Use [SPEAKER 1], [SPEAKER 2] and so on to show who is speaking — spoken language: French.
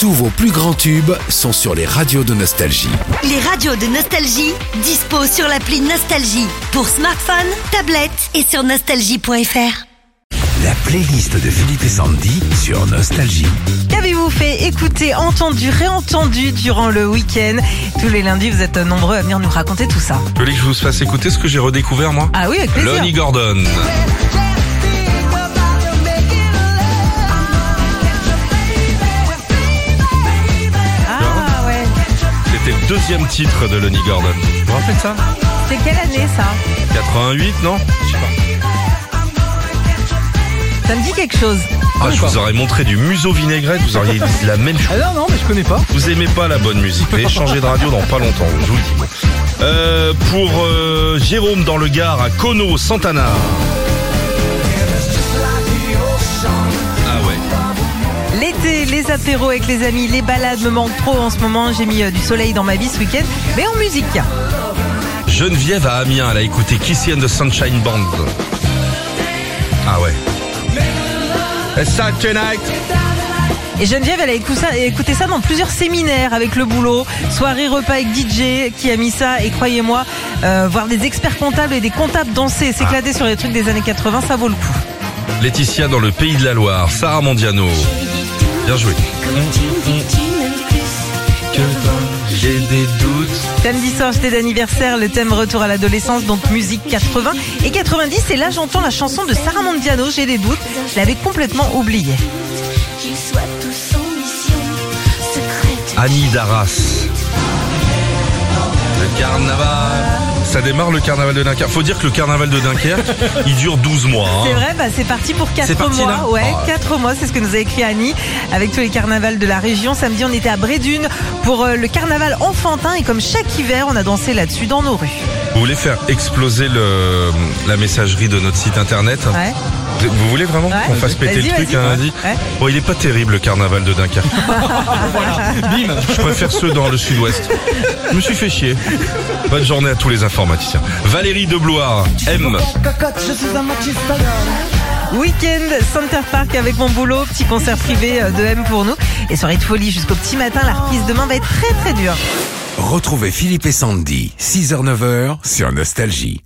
[SPEAKER 1] Tous vos plus grands tubes sont sur les radios de Nostalgie.
[SPEAKER 2] Les radios de Nostalgie disposent sur l'appli Nostalgie pour smartphone, tablette et sur nostalgie.fr.
[SPEAKER 1] La playlist de Philippe et Sandy sur Nostalgie.
[SPEAKER 3] Qu'avez-vous fait écouter, entendu, réentendu durant le week-end Tous les lundis, vous êtes nombreux à venir nous raconter tout ça.
[SPEAKER 4] Vous voulez que je vous fasse écouter ce que j'ai redécouvert moi
[SPEAKER 3] Ah oui, avec plaisir.
[SPEAKER 4] Lonnie Gordon.
[SPEAKER 3] Ah ouais.
[SPEAKER 4] C'était le deuxième titre de Lonnie Gordon. Vous vous rappelez de ça
[SPEAKER 3] C'est quelle année ça
[SPEAKER 4] 88, non Je sais pas.
[SPEAKER 3] Ça me dit quelque chose.
[SPEAKER 4] Ah, je vous aurais montré du museau vinaigrette, vous auriez dit la même chose.
[SPEAKER 5] Ah non, non, mais je connais pas.
[SPEAKER 4] Vous aimez pas la bonne musique. Vous allez changer de radio dans pas longtemps, je vous le dis. Euh, pour euh, Jérôme dans le Gard à Cono, Santana. Ah ouais.
[SPEAKER 3] L'été, les apéros avec les amis, les balades me manquent trop en ce moment. J'ai mis euh, du soleil dans ma vie ce week-end, mais en musique.
[SPEAKER 4] Geneviève à Amiens, elle a écouté Kissy and the Sunshine Band. Ah ouais. A Saturday night.
[SPEAKER 3] Et Geneviève, elle a écou- ça- écouté ça dans plusieurs séminaires avec le boulot, soirée repas avec DJ qui a mis ça. Et croyez-moi, euh, voir des experts comptables et des comptables danser, et s'éclater sur les trucs des années 80, ça vaut le coup.
[SPEAKER 4] Laetitia dans le pays de la Loire, Sarah Mondiano. Bien joué. J'ai des doutes.
[SPEAKER 3] Samedi soir, j'étais d'anniversaire, le thème retour à l'adolescence, donc musique 80 et 90. Et là, j'entends la chanson de Sarah Mondiano, J'ai des doutes. Je l'avais complètement oubliée.
[SPEAKER 6] Qu'il soit tous en mission secrète.
[SPEAKER 4] Annie Darras. Le carnaval. Ça démarre le carnaval de Dunkerque. Faut dire que le carnaval de Dunkerque, il dure 12 mois. hein.
[SPEAKER 3] C'est vrai, bah, c'est parti pour 4
[SPEAKER 4] C'est parti,
[SPEAKER 3] mois.
[SPEAKER 4] là
[SPEAKER 3] ouais,
[SPEAKER 4] Oh, ouais.
[SPEAKER 3] 4 mois, c'est ce que nous a écrit Annie avec tous les carnavals de la région. Samedi, on était à Brédune pour euh, le carnaval enfantin et comme chaque hiver, on a dansé là-dessus dans nos rues.
[SPEAKER 4] Vous voulez faire exploser le, la messagerie de notre site internet hein.
[SPEAKER 3] Ouais.
[SPEAKER 4] Vous voulez vraiment
[SPEAKER 3] Ouais.
[SPEAKER 4] qu'on fasse péter
[SPEAKER 3] Vas-y,
[SPEAKER 4] le truc
[SPEAKER 3] vas-y.
[SPEAKER 4] un lundi
[SPEAKER 3] Ouais.
[SPEAKER 4] Bon, il est pas terrible le carnaval de Dunkerque.
[SPEAKER 5] Bim.
[SPEAKER 4] Je préfère ceux dans le sud-ouest. Je me suis fait chier. Bonne journée à tous les informaticiens. Valérie de Blois, M.
[SPEAKER 3] Week-end Center Park avec mon boulot, petit concert privé euh, de M pour nous et soirée de folie jusqu'au petit matin. La reprise demain va être très très dure.
[SPEAKER 1] Retrouvez Philippe et Sandy, 6h-9h sur Nostalgie.